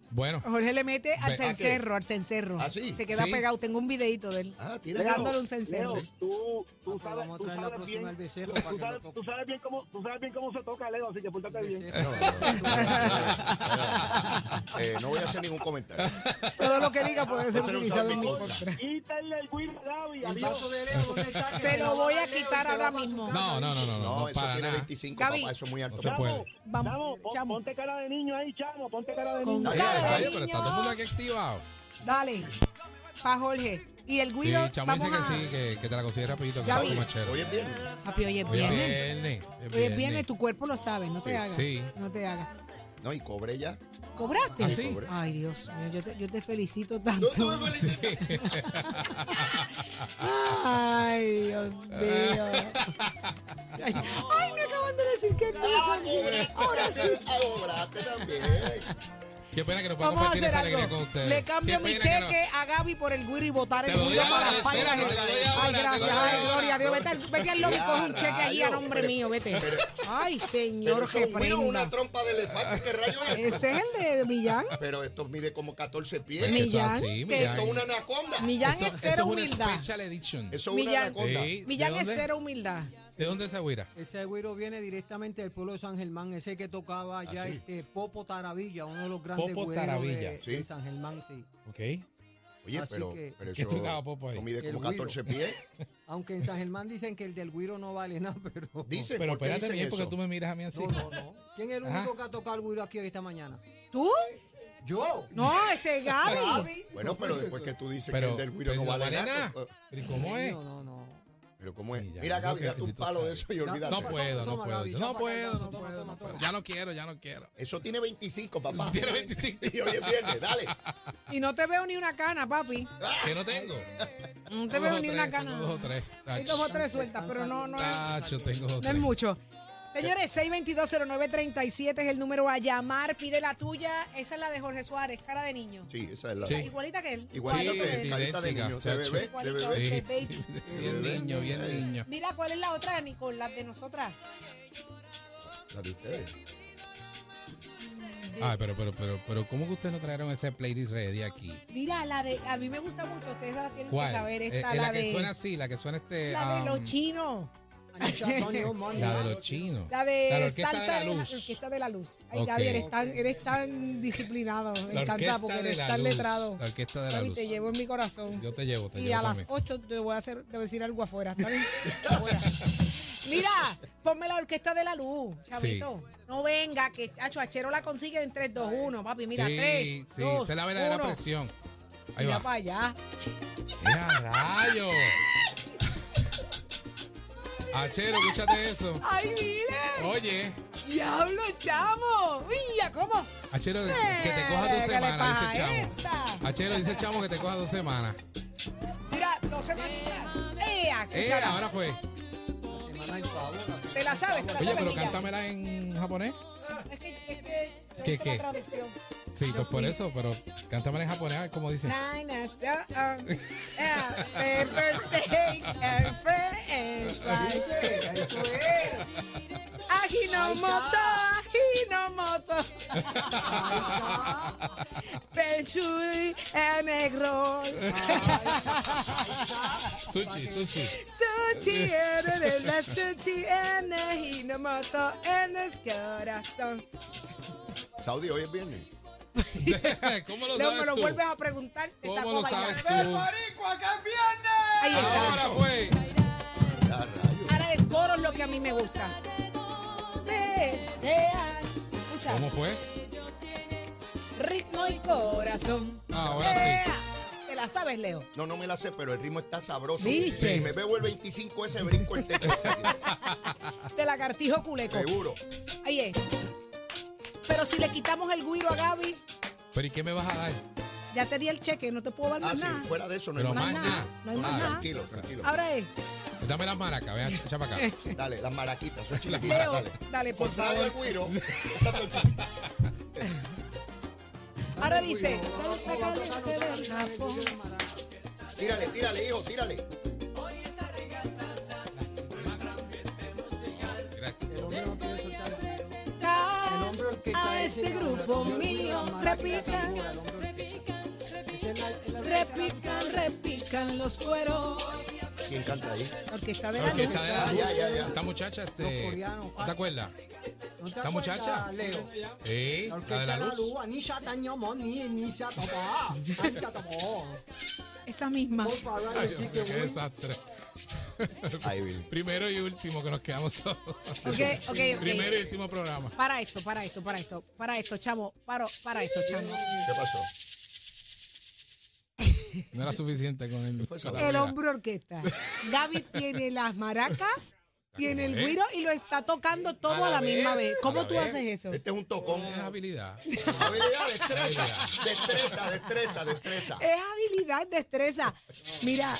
S3: Bueno,
S2: Jorge le mete al
S3: Ve-
S2: cencerro, al cencerro.
S7: ¿Ah, sí?
S2: Se queda
S3: Sí.
S2: pegado. Tengo un videito de él.
S7: Ah, tira.
S2: Pegándole
S8: Leo,
S2: un cencerro.
S8: Leo, tú, tú
S5: Ah, pues
S8: sabes,
S5: vamos a
S8: tú
S5: traer la
S8: sabes
S5: próxima al
S8: bien.
S5: becerro
S8: tú
S5: para que
S8: sabes-
S5: lo toque.
S8: Tú sabes bien cómo, tú sabes bien cómo se toca, Leo, así que pórtate bien.
S5: Becerro.
S7: Eh, no voy a hacer ningún comentario.
S2: Todo lo que diga puede ser
S7: Ese era un
S2: utilizado en mi
S7: salpicón.
S2: contra.
S8: Quítale el guiro, Gaby,
S5: El
S8: adiós.
S5: vaso de Leo, ¿dónde está? Que
S2: Se lo
S5: va
S2: voy a
S5: dar Leo y
S2: quitar
S5: se lo
S2: ahora
S5: va a su
S2: mismo.
S5: casa.
S3: no, no, no, no, no,
S7: No,
S3: no
S7: eso
S3: para
S7: tiene
S3: nada.
S7: 25,
S2: Gaby.
S7: papá. Eso es muy alto.
S3: No se puede.
S2: Vamos,
S8: Chamo, pon-
S2: chamo.
S8: ponte cara de niño ahí, chamo, ponte cara de
S2: Con
S8: niño.
S7: Ahí,
S2: cara
S7: ahí,
S2: de
S7: ahí,
S3: Oye, pero está todo el mundo aquí activado.
S2: Dale, pa' Jorge. Y el
S3: Sí,
S2: Guiro,
S3: chamo
S2: vamos
S3: dice que
S2: a...
S3: sí, que, que te la consigues rapidito, que
S2: Gaby.
S3: está machero.
S7: Hoy es viernes.
S2: Papi, oye,
S3: Hoy es
S2: viene.
S3: viernes.
S2: Oye, viene, tu cuerpo lo sabe, no te hagas.
S3: sí.
S2: No te hagas.
S7: No, y cobre ya.
S2: ¿Cobraste?
S3: ¿Ah, sí?
S7: Cobré.
S2: Ay, Dios mío, yo te, yo te felicito
S7: No, tú
S2: tanto.
S7: me felicitas.
S2: Ay, Dios mío.
S3: Ah.
S2: Ay, ay, me acaban de decir que no.
S7: Ah,
S2: Jorge. Ahora sí.
S7: cobraste. Ah, cobraste también.
S3: Qué pena que no podamos
S2: Vamos a hacer
S3: compartir esa alegría con
S2: algo.
S3: ustedes.
S2: Le
S3: Qué
S2: cambio mi
S3: pena que no-
S2: cheque a Gaby por el Guiro y votar
S3: Te
S2: el
S3: lo
S2: Guiro
S3: doy
S2: para
S3: ahora,
S2: las fallas.
S3: espérate, te lo doy
S2: Ay,
S3: ahora, te lo
S2: gracias.
S3: doy
S2: Ay,
S3: ahora.
S2: gloria a Dios. Vete al, vete al lobby,
S7: Ya,
S2: coge un cheque ahí a
S7: rayos,
S2: nombre
S7: pero-
S2: mío. Vete. Ay, señor,
S7: Pero
S2: que
S7: son Wiro, una
S2: prenda.
S7: trompa de elefante. ¿Qué rayo es?
S2: Ese es el de Millán.
S7: Pero esto mide como 14 pies.
S3: Eso
S7: Esto
S3: es
S2: Millán,
S3: así,
S2: que-
S3: Millán.
S7: es una anaconda.
S2: Millán
S3: Eso-
S2: es
S3: eso
S2: cero
S3: una
S2: humildad.
S3: special edition.
S7: Eso es una
S2: Millán.
S7: anaconda.
S3: Sí.
S2: Millán
S3: ¿De
S2: es
S3: dónde?
S2: cero humildad.
S3: ¿De dónde es esa güira?
S5: Ese güiro viene directamente del pueblo de San Germán, ese que tocaba ya
S7: sí.
S5: este Popo Taravilla, uno de los grandes
S3: Popo
S5: güeros
S3: Taravilla,
S5: de,
S7: sí.
S5: de San Germán, sí.
S3: Ok.
S7: Oye,
S5: Así
S7: pero,
S5: que-
S7: pero
S3: ¿Qué
S7: eso
S3: tocaba Popo ahí?
S7: no mide
S5: El
S7: como
S5: güiro.
S7: 14 pies.
S5: Aunque en San Germán dicen que el del guiro no vale nada, pero.
S7: Dicen,
S3: Pero
S7: ¿por qué
S3: espérate
S7: dicen
S3: bien porque
S7: eso?
S3: tú me miras a mí así.
S5: No, no, no. ¿Quién es el
S3: Ajá.
S5: único que ha tocado el guiro aquí esta mañana?
S2: ¿Tú?
S5: Yo.
S2: No, este Gaby.
S5: Gaby.
S7: Bueno, pero después que tú dices
S3: Pero,
S7: que el del guiro
S3: pero
S7: no
S3: no
S7: vale
S3: vale
S7: nada. eh,
S3: nada. ¿Y cómo es?
S5: No, no, no.
S7: Pero ¿cómo es?
S3: Sí, ya,
S7: Mira,
S3: yo
S7: Gaby,
S3: creo que
S7: date un
S3: tú
S7: palo de
S3: sabes.
S7: eso y olvídate.
S3: No
S5: Toma,
S3: puedo, no
S5: toma,
S3: puedo.
S5: Gaby,
S3: Yo
S5: toma,
S3: no puedo,
S5: Gaby,
S3: no
S5: toma,
S3: puedo,
S5: toma,
S3: no puedo.
S5: toma.
S3: Ya no quiero, ya no quiero.
S7: Eso tiene 25, papá.
S3: Tiene 25.
S7: Y hoy es viernes, dale.
S2: Y no te veo ni una cana, papi.
S3: Que no tengo.
S2: No te
S3: Tengo dos
S2: veo
S3: o
S2: ni
S3: tres,
S2: una
S3: tengo dos o
S2: cana.
S3: tres.
S2: Hay dos o
S3: Tacho,
S2: tres sueltas, pero no, no es.
S3: Tacho, tengo dos o
S2: No es
S3: tres.
S2: mucho. Señores, 6220937 es el número a llamar. Pide la tuya. Esa es la de Jorge Suárez, cara de niño.
S7: Sí, esa es la.
S3: Sí.
S2: O sea, igualita que él.
S7: Igualito
S3: Sí,
S7: que
S2: él.
S7: carita de
S3: idéntica,
S7: niño. Se
S3: chacho.
S7: bebé, se
S2: Igualito
S7: bebé.
S2: que
S3: Sí.
S2: el baby.
S3: Bien niño, bien niño.
S2: Mira, ¿cuál es la otra, Nicole? La de nosotras.
S7: La de ustedes.
S3: Ay, Ah, pero, pero, pero, pero, ¿cómo que ustedes no trajeron ese playlist ready aquí?
S2: Mira, la de. A mí me gusta mucho. Ustedes la tienen
S3: ¿Cuál?
S2: que saber.
S3: Eh,
S2: Esta,
S3: eh,
S2: la,
S3: que
S2: de.
S3: suena así, la que suena este.
S2: la de
S3: um,
S2: los chinos.
S5: Antonio, money,
S3: La de
S5: man.
S3: los chinos.
S2: La de
S3: la orquesta
S2: salsa
S3: de la luz.
S2: orquesta de la luz. Ay,
S3: Ok.
S2: Gaby, eres tan, eres tan disciplinado. Me
S3: La
S2: encanta
S3: orquesta
S2: porque
S3: de
S2: eres
S3: la
S2: tan
S3: luz.
S2: letrado.
S3: La orquesta de la
S2: Gaby,
S3: luz.
S2: te llevo en mi corazón.
S3: Yo te llevo, te
S2: y
S3: llevo
S2: a las
S3: también.
S2: 8 te voy a hacer, te voy a decir algo afuera, ¿está bien? Afuera. Mira, ponme la orquesta de la luz, chavito. No venga, que Chacho Achero la consigue en 3, 2, 1, papi. Mira,
S3: sí,
S2: 3,
S3: sí,
S2: 2,
S3: esa es la verdadera
S2: 1.
S3: presión. Ahí
S2: Mira
S3: va.
S2: para allá.
S3: ¡Mira, rayo! Achero, escúchate eso.
S2: ¡Ay, mire!
S3: Oye,
S2: ¡Diablo, chamo! ¡Mira cómo!
S3: Achero, que te coja
S2: Eh,
S3: dos
S2: ¿qué le
S3: semanas,
S2: pasa
S3: dice
S2: a
S3: Chamo.
S2: esta?
S3: Achero, dice Chamo que te coja dos semanas.
S2: Mira, dos semanitas. ¡Eh,
S3: Eh,
S2: escúchala.
S3: ahora fue.
S5: La semana del pavo, la
S2: Te la sabes, te la
S3: Oye,
S2: sabes.
S3: pero
S2: Miguel.
S3: cántamela en japonés.
S2: Es que, es que yo
S3: ¿Qué,
S2: hice
S3: qué?
S2: la traducción.
S3: Sí, pues por eso, pero cántamela en japonés, a ver cómo dice.
S2: China's down. Yeah, paper steak and french fries.
S5: semana- Eso es.
S2: Ajinomoto, Ajinomoto. Pechuy and egg roll.
S3: Sushi, sushi.
S2: Sushi and a la sushi and Ajinomoto and el corazón.
S7: Saudi, hoy es viernes.
S3: ¿Cómo lo
S2: Luego
S3: sabes
S2: me lo
S3: tú?
S2: vuelves a preguntar, te
S3: ¿Cómo
S2: saco
S3: lo
S2: a bailar.
S3: sabes tú?
S2: Ahí está.
S3: Ahora fue.
S7: Ya, rayos.
S2: Ahora el coro es lo que a mí me gusta. Deseas. Escucha.
S3: ¿Cómo fue?
S2: Ritmo y corazón.
S3: Ahora sí.
S2: Te la sabes, Leo.
S7: No, no me la sé, pero el ritmo está sabroso.
S2: ¿Viste?
S7: Si me bebo el 25 ese brinco el techo.
S2: Te la cartijo culeco.
S7: Seguro.
S2: Ahí es. Pero si le quitamos el guiro a Gaby,
S3: ¿Pero y qué me vas a dar?
S2: ya te di el cheque, no te puedo dar
S7: Ah,
S2: más
S7: sí,
S2: nada.
S7: fuera de eso no hay
S3: Pero
S7: más
S3: más
S7: nada.
S3: nada,
S2: no hay más
S7: Ah,
S2: nada.
S7: Tranquilo, tranquilo.
S2: Ahora es.
S3: Dame las maracas, vean, echa para acá.
S7: Dale, las maraquitas, son chiquititas,
S2: Leo,
S7: dale.
S2: dale, por
S7: Contrario al
S2: favor.
S7: guiro, estas son chiquitas.
S2: Ahora dice. dale, sácale usted el napo.
S7: Tírale, tírale, hijo, tírale.
S5: El hombre no quiere soltar. El hombre orquesta
S2: A
S5: ese,
S2: este
S5: la-
S2: grupo
S5: yo- yo-
S2: mío,
S5: la maraca que
S2: repita.
S5: sacuda, el hombre orquesta. Esa es la- es la-
S2: Repican, repican los cueros.
S7: ¿Quién canta ahí?
S2: Orquesta de
S3: La
S2: la luz.
S3: orquesta de la
S7: Ah,
S3: luz.
S7: ya, ya, ya.
S3: Esta muchacha, este.
S5: Los coreanos,
S3: ¿no te acuerdas?
S5: ¿No te
S3: ¿La
S5: acuerdas,
S3: muchacha?
S5: Leo.
S3: Sí,
S5: La
S3: la de la luz.
S5: Anisha Tañamón, ni Anisha Tapá. Anisha Tapá.
S2: Esa misma.
S5: Por favor,
S3: Ay,
S5: el
S3: Dios mío,
S5: chique
S3: qué
S5: Will.
S3: desastre.
S7: Ahí, Bill.
S3: Primero y último que nos quedamos solos.
S2: Ok, ok, ok.
S3: Primero y último programa.
S2: Para esto, para esto, para esto, para esto, chamo, paro, para esto, chamo.
S7: ¿Qué pasó?
S3: No era suficiente con el. con la
S2: El
S3: vida.
S2: hombre orquesta. Gaby tiene las maracas, tiene el
S3: ves.
S2: guiro y lo está tocando todo a la misma vez. ¿Cómo
S3: la
S2: tú
S3: vez.
S2: haces eso?
S7: Este es un tocón.
S3: Es habilidad.
S7: Habilidad, destreza, destreza, destreza, destreza.
S2: Es habilidad, destreza. Mira,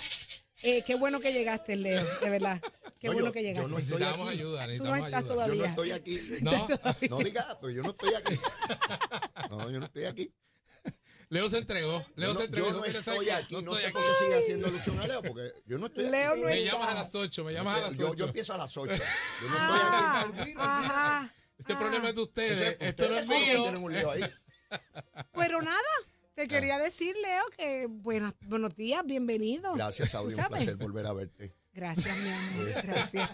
S2: eh, qué bueno que llegaste, Leo, de verdad. Qué
S7: No, yo-
S2: bueno que
S7: yo
S2: llegaste.
S7: no estoy
S3: Necesitamos
S7: aquí.
S2: Tú
S3: ayuda,
S2: no
S3: necesitamos
S2: estás
S3: ayuda.
S7: Yo no
S2: todavía.
S7: estoy aquí.
S3: No.
S7: No digas, pero yo no estoy aquí. No, yo no estoy aquí.
S3: Leo se entregó. Leo
S7: Yo no,
S3: se entregó.
S7: yo no
S3: Mira, ¿sabes
S7: estoy
S3: qué?
S7: aquí. No
S3: estoy
S7: sé
S3: aquí.
S7: por qué sigue haciendo alusión a Leo, porque yo no estoy
S2: Leo
S7: aquí.
S2: no
S3: Me
S2: está.
S3: llamas a las 8, me llamas a las
S7: Yo,
S3: 8.
S7: yo empiezo a las 8. Yo no estoy aquí.
S2: Ah, ajá.
S3: Este
S2: ah.
S3: problema es de ustedes.
S7: Ese-
S3: Esto no es
S7: ustedes son los que tienen
S3: mío.
S7: un lío ahí.
S2: Ah, Pero nada, te quería decir, Leo, que buenas, buenos días, bienvenido.
S7: Gracias, Saudi.
S2: ¿Tú
S7: Un
S2: sabes?
S7: placer volver a verte.
S2: Gracias, mi amor, gracias.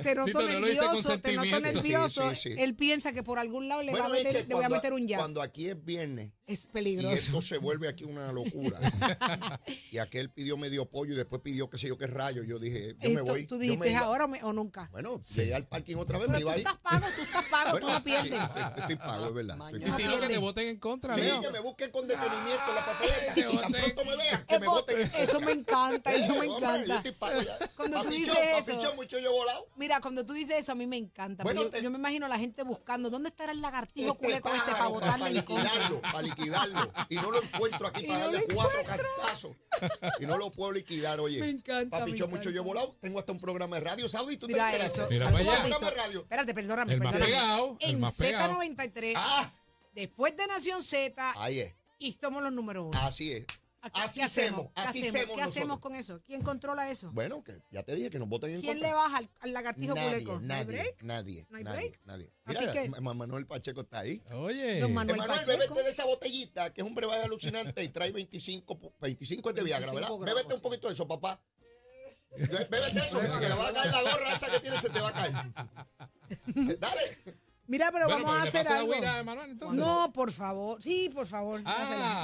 S2: Te noto
S3: Tito, no lo dice con
S2: nervioso, te noto
S3: sentimiento.
S2: nervioso.
S7: Sí, sí, sí.
S2: Él piensa que por algún lado le, va a
S7: es
S2: meter,
S7: que
S2: le voy a meter un ya.
S7: cuando aquí es viernes,
S2: Es
S7: Y
S2: peligroso.
S7: esto se vuelve aquí una locura. y aquel pidió medio pollo y después pidió qué sé yo qué rayo. Yo dije, yo me
S2: Esto-
S7: voy.
S2: tú
S7: yo me
S2: dijiste
S7: iba.
S2: ahora o me- o nunca.
S7: Bueno, llegué al parking otra vez,
S2: Pero
S7: me
S2: tú
S7: iba a ir.
S2: estás pago, tú estás pago, tú no pierdes.
S7: sí, estoy, estoy pago, es verdad.
S5: Mañana.
S7: Estoy
S3: Y
S7: pago.
S3: si no, que te voten en contra,
S7: Sí,
S3: Leo.
S7: que me busquen con detenimiento la
S2: Ah,
S7: papeleta.
S3: Que
S7: y tan
S3: voten.
S7: pronto me vean,
S2: Eh,
S7: que me
S2: bo-
S7: voten.
S2: Eso me encanta, eso me
S7: Hombre, yo
S2: encanta.
S7: estoy pago ya.
S2: Cuando tú
S7: Papichón,
S2: dices eso.
S7: papichón, mucho yo volado.
S2: Mira, cuando tú dices eso, a mí me encanta.
S7: Bueno,
S2: porque yo,
S7: te-
S2: yo me imagino la gente buscando, ¿dónde estará el lagartijo culeco este para
S7: pájaro,
S2: botarle
S7: para
S2: el contra?
S7: liquidarlo, para liquidarlo. Y no lo encuentro aquí
S2: Y
S7: para
S2: no lo
S7: darle cuatro cantazos. Y no lo puedo liquidar, oye.
S2: Me encanta, me
S7: Papichón, mucho
S2: encanta.
S7: yo he volado. Tengo hasta un programa de radio, ¿sabes? Y tú
S2: Mira
S7: te enteras.
S2: eso.
S3: Mira
S2: ¿Tú
S3: para
S2: has
S3: allá.
S2: visto?
S7: Programa de radio.
S2: Espérate, perdóname,
S3: El más
S2: perdóname.
S3: pegado, el
S2: En
S3: más pegado.
S2: Z93,
S7: Ah,
S2: después de Nación Z,
S7: ahí es.
S2: y somos los número uno.
S7: Así es.
S2: ¿A qué-
S7: Así
S2: qué
S7: hacemos,
S2: ¿Qué
S7: así
S2: hacemos?
S7: hacemos
S2: ¿Qué hacemos
S7: nosotros.
S2: con eso? ¿Quién controla eso?
S7: Bueno, que ya te dije que nos voten en
S2: ¿Quién
S7: contra.
S2: le baja al, al lagartijo
S7: Nadie,
S2: culeco? ¿No hay
S7: nadie,
S2: break?
S7: nadie,
S2: ¿No hay
S7: nadie,
S2: break?
S7: nadie.
S2: Así
S7: Mira,
S2: que-
S7: Ma- Manuel Pacheco está ahí.
S3: Oye.
S2: Don Manuel
S7: Emanuel,
S2: Pacheco.
S7: bébete de esa botellita, que es un brebaje alucinante y trae 25, pu- 25 es de Viagra, ¿verdad?
S5: 25
S7: Bébete un poquito de eso, papá. Bé- Bébete eso, que si te le va a caer la gorra esa que tienes, se te va a caer. Dale.
S2: Mira, pero
S3: Bueno,
S2: vamos a
S3: le
S2: hacer
S3: paso la
S2: algo.
S3: guira a Manuel, entonces.
S2: No, por favor. Sí, por favor.
S3: Ah.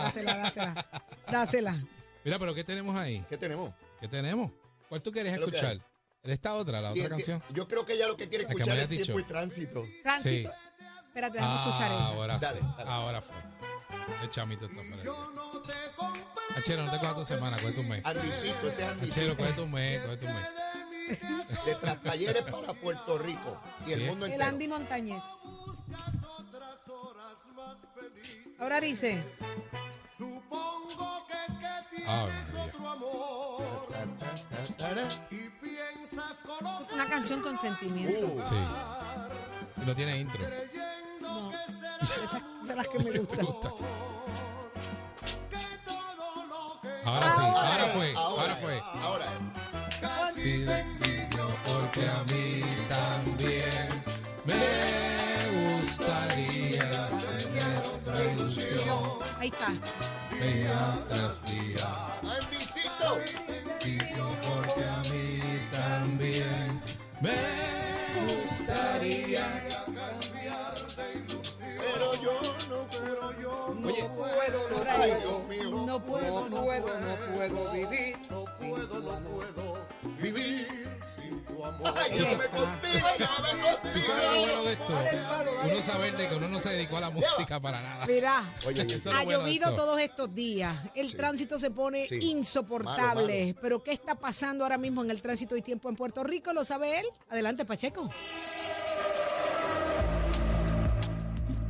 S2: Dásela, dásela, dásela. Dásela.
S3: Mira, pero ¿qué tenemos ahí?
S7: ¿Qué tenemos?
S3: ¿Qué tenemos? ¿Cuál tú quieres
S7: ¿Qué es lo que
S3: escuchar? Esta otra, la otra
S7: Bien,
S3: canción.
S7: bien. Yo creo que ella lo que quiere
S3: La que me
S7: escuchar es
S3: habías
S7: tiempo
S3: dicho.
S7: y tránsito.
S2: Tránsito.
S3: Sí.
S2: Espérate, déjame escuchar
S3: Ah,
S2: esa.
S3: Ahora sí.
S7: Dale, dale.
S3: Ahora fue. El chamito está fuera. Achero, no te cojas tu semana, coge tu mes.
S7: Ah, Andicito, ese es
S3: Achero,
S7: Andicito.
S3: coge tu mes, coge tu mes.
S7: De tras talleres para Puerto Rico y
S3: Así
S7: el
S3: es.
S7: mundo
S2: El Andy
S7: entero.
S2: Montañez. Ahora dice,
S3: Ah, María.
S7: Ta, ta, ta, ta, ta.
S2: una canción con sentimiento.
S7: Uh,
S3: Sí. Y no tiene intro.
S2: No, esas son las que me
S7: me
S2: gustan.
S7: gusta.
S3: Ahora sí, ahora fue, ahora fue.
S7: Ahora es.
S3: Pide envidio porque a mí también me gustaría tener traducción
S2: Ahí está.
S3: día tras día.
S7: Andicito.
S3: Envidio porque a mí también me gustaría.
S7: Pero yo no, pero yo no.
S3: Oye,
S5: puedo, no
S7: Ay,
S5: puedo,
S7: Dios mío.
S2: No puedo,
S5: no puedo, no puedo vivir.
S7: Ay, llévame contigo, llévame
S3: ¿tú sabes lo bueno
S7: contigo.
S3: de esto? Uno saber de que uno no se dedicó a la música para nada.
S2: Mira,
S7: Oye,
S3: Eso es lo
S2: ha
S3: bueno de
S2: llovido
S3: esto.
S2: todos estos días. El
S7: Sí.
S2: tránsito se pone
S7: Sí.
S2: insoportable.
S7: Malo, malo.
S2: Pero ¿qué está pasando ahora mismo en el tránsito y tiempo en Puerto Rico? ¿Lo sabe él? Adelante, Pacheco.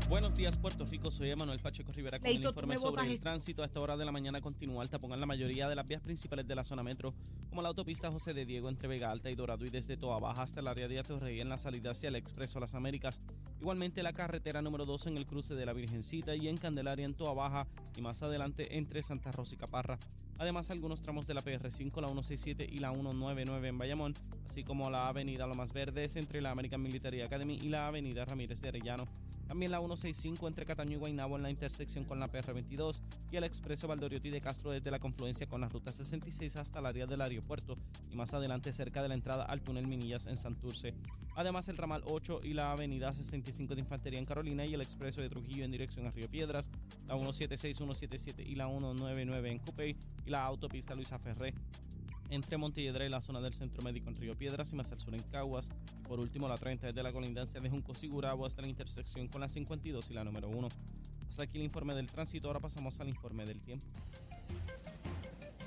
S9: Buenos días, Puerto Rico. Soy Emanuel Pacheco Rivera con el
S2: Leito, tú me
S9: informe
S2: botas
S9: sobre el
S2: esto.
S9: tránsito. A esta hora de la mañana continúa el tapón en la mayoría de las vías principales de la zona metro, como la autopista José de Diego entre Vega Alta y Dorado y desde Toa Baja hasta el área de Atorrey en la salida hacia el Expreso Las Américas. Igualmente la carretera número 2 en el cruce de la Virgencita y en Candelaria en Toa Baja y más adelante entre Santa Rosa y Caparra. Además, algunos tramos de la PR5, la 167 y la 199 en Bayamón, así como la avenida Lo Más Verdes entre la American Military Academy y la avenida Ramírez de Arellano. También la 165 entre Cataño y Guaynabo en la intersección con la PR22 y el expreso Valdoriotti de Castro desde la confluencia con la ruta 66 hasta el área del aeropuerto y más adelante cerca de la entrada al túnel Minillas en Santurce. Además el ramal 8 y la avenida 65 de Infantería en Carolina y el expreso de Trujillo en dirección a Río Piedras, la 176, 177 y la 199 en Coupey y la autopista Luisa Ferré entre Montelledra y la zona del Centro Médico en Río Piedras y más al sur en Caguas. Y por último, la 30 desde la colindancia de Junco Sigurabo hasta la intersección con la 52 y la número 1. Hasta aquí el informe del tránsito, ahora pasamos al informe del tiempo.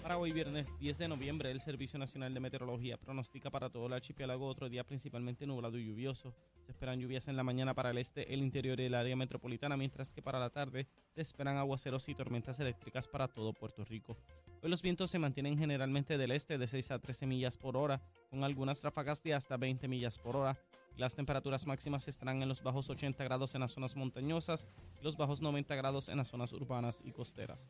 S9: Para hoy viernes 10 de noviembre, el Servicio Nacional de Meteorología pronostica para todo el archipiélago otro día principalmente nublado y lluvioso. Se esperan lluvias en la mañana para el este, el interior y el área metropolitana, mientras que para la tarde se esperan aguaceros y tormentas eléctricas para todo Puerto Rico. Hoy los vientos se mantienen generalmente del este de 6 a 13 millas por hora, con algunas ráfagas de hasta 20 millas por hora. Las temperaturas máximas estarán en los bajos 80 grados en las zonas montañosas y los bajos 90 grados en las zonas urbanas y costeras.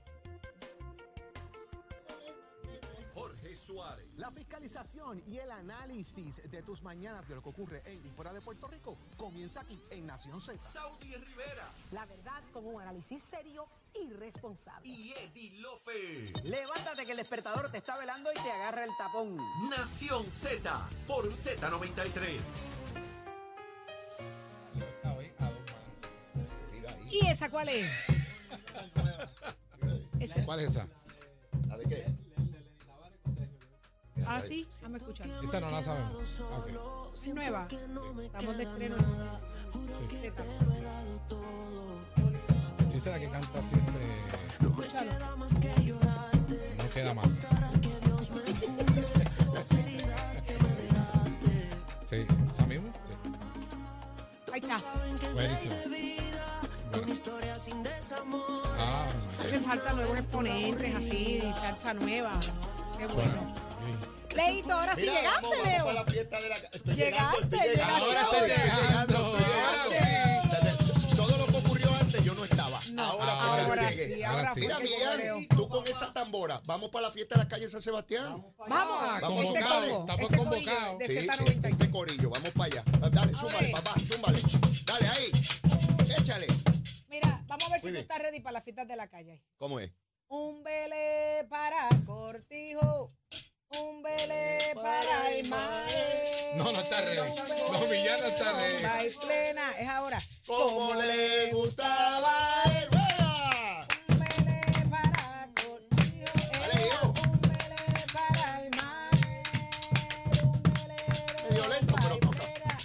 S1: Jorge Suárez.
S10: La fiscalización y el análisis de tus mañanas de lo que ocurre en y fuera de Puerto Rico comienza aquí en Nación Z.
S1: Saudi Rivera
S11: La verdad con un análisis serio y responsable.
S1: y Eddie López.
S12: Levántate que el despertador te está velando y te agarra el tapón.
S1: Nación Z por Z93.
S2: ¿Y esa cuál es? Esa.
S3: ¿Cuál es esa?
S7: ¿La de qué?
S2: Ah, sí, vamos a escuchar.
S3: Esa no la sabemos. Ah, ok.
S2: Es nueva. Estamos de estreno en Z.
S3: Sí, será que canta así este.
S2: Escúchalo.
S3: No queda más. Sí, ¿esa mismo? Sí.
S2: Ahí está.
S3: Buenísimo. Bueno. Ah,
S2: Hacen falta nuevos exponentes así, y salsa nueva. Qué bueno.
S3: bueno. sí.
S2: Leito, ahora sí
S7: Mira,
S2: llegaste,
S7: vamos, vamos
S2: Leo.
S7: para la fiesta de la ca- estoy
S2: Llegaste,
S7: llegando, estoy llegando.
S2: llegaste.
S3: Ahora estoy llegando,
S7: estoy llegando. Desde- Todo lo que ocurrió antes yo no estaba. ahora
S3: ahora
S7: fue que
S2: Ahora
S7: llegué.
S2: sí,
S3: Ahora
S2: ahora
S3: sí.
S2: sí.
S7: Mira,
S2: porque correo.
S7: Miguel, tú con esa tambora, vamos para la fiesta de la calle San Sebastián.
S3: Ah,
S2: Vamos,
S7: vamos,
S2: este
S7: convocado,
S2: combo,
S3: estamos
S2: este
S3: convocados.
S2: corillo de
S7: Sí,
S2: Z93.
S7: este corillo, vamos para allá. Dale, súmale,
S2: Abre.
S7: papá, súmale. Dale ahí, échale.
S2: Mira, vamos a ver si
S7: Muy
S2: tú
S7: bien.
S2: estás ready para las fiestas de la calle.
S7: ¿Cómo es?
S2: Un vele para Cortijo, un vele para Imael.
S3: No, no está ready. No, Millán no está ready.
S2: Bomba y plena, es ahora.
S7: Como le gustaba el ¡Buena!
S2: Un vele para Cortijo,
S7: Dale,
S2: era
S7: hijo.
S2: un vele para Imael. Un vele
S7: Medio lento,
S2: bomba
S7: pero
S2: y
S7: toca.
S2: plena,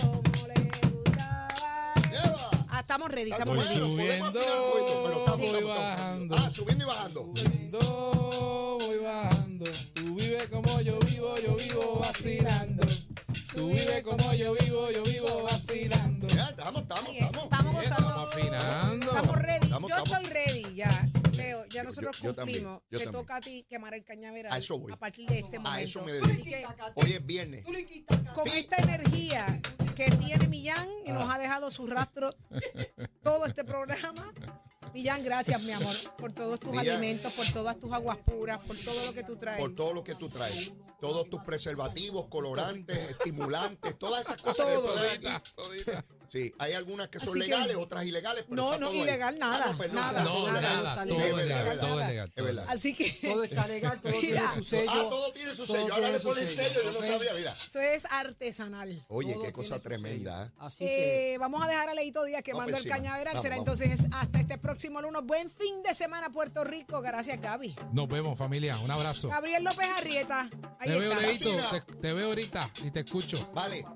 S2: Como le gustaba.
S7: ¡Lleva!
S2: Ah, estamos ready,
S7: Está
S2: estamos
S3: Voy
S7: bueno,
S2: ready.
S7: podemos
S3: subiendo,
S7: afinar el cuento, pero estamos-
S3: voy
S7: estamos- estamos-
S3: bajando.
S7: Ah, subiendo y bajando.
S3: Subiendo, voy bajando. Tú vives como yo vivo, yo vivo vacilando. Tú vives como yo vivo, yo vivo vacilando.
S7: Ya, estamos, estamos, estamos.
S2: Estamos
S3: Bien,
S2: gozando.
S3: estamos afinando.
S2: Estamos ready.
S7: Estamos,
S2: yo
S7: estamos.
S2: estoy ready ya. Leo, ya
S7: Yo-
S2: nosotros
S7: yo- yo también,
S2: cumplimos.
S7: yo
S2: Te
S7: también.
S2: toca a ti quemar el cañaveral.
S7: A eso voy.
S2: partir de este momento.
S7: A eso me
S2: Así
S7: dedico.
S2: que
S7: Hoy es viernes.
S2: con esta energía que tiene Millán y nos
S7: Ah.
S2: ha dejado su rastro todo este programa. Millán, gracias, mi amor, por todos tus
S7: Millán.
S2: alimentos, por todas tus aguas puras, por todo lo que tú traes.
S7: por todo lo que tú traes. Todos tus preservativos, colorantes, estimulantes, todas esas cosas que
S3: Todo,
S7: tú traes
S3: todita,
S7: aquí. Sí, hay algunas que son
S2: Así que-
S7: legales, otras ilegales. Pero
S2: No,
S7: está
S2: no,
S7: todo ahí.
S2: ilegal
S7: Ah,
S2: nada,
S7: no, perdón,
S2: nada,
S7: está
S3: No,
S7: legal.
S3: nada,
S7: Es
S3: todo
S7: verdad,
S3: legal,
S7: es verdad,
S3: todo
S7: es
S3: legal,
S7: verdad.
S3: todo legal.
S2: Así que
S5: Todo está legal, todo
S2: Mira.
S5: tiene su sello.
S7: Ah, todo tiene su sello. Ahora le ponen sello, yo no sabía, mira.
S2: eso es artesanal.
S7: Oye,
S5: Todo
S7: qué
S5: tiene
S7: cosa
S5: su
S7: tremenda.
S5: sello.
S7: ¿eh?
S5: Así que
S2: Eh, vamos a dejar a Leito Díaz quemando
S7: pues
S2: el
S7: sí,
S2: cañaveral.
S7: vamos,
S2: Será
S7: vamos.
S2: entonces hasta este próximo lunes. Buen fin de semana, Puerto Rico. Gracias, Gaby.
S3: Nos vemos, familia. Un abrazo.
S2: Gabriel López Arrieta. Ahí
S3: Te veo,
S2: está.
S3: Leito.
S7: Vecina.
S3: Te, te veo ahorita y te escucho.
S7: Vale,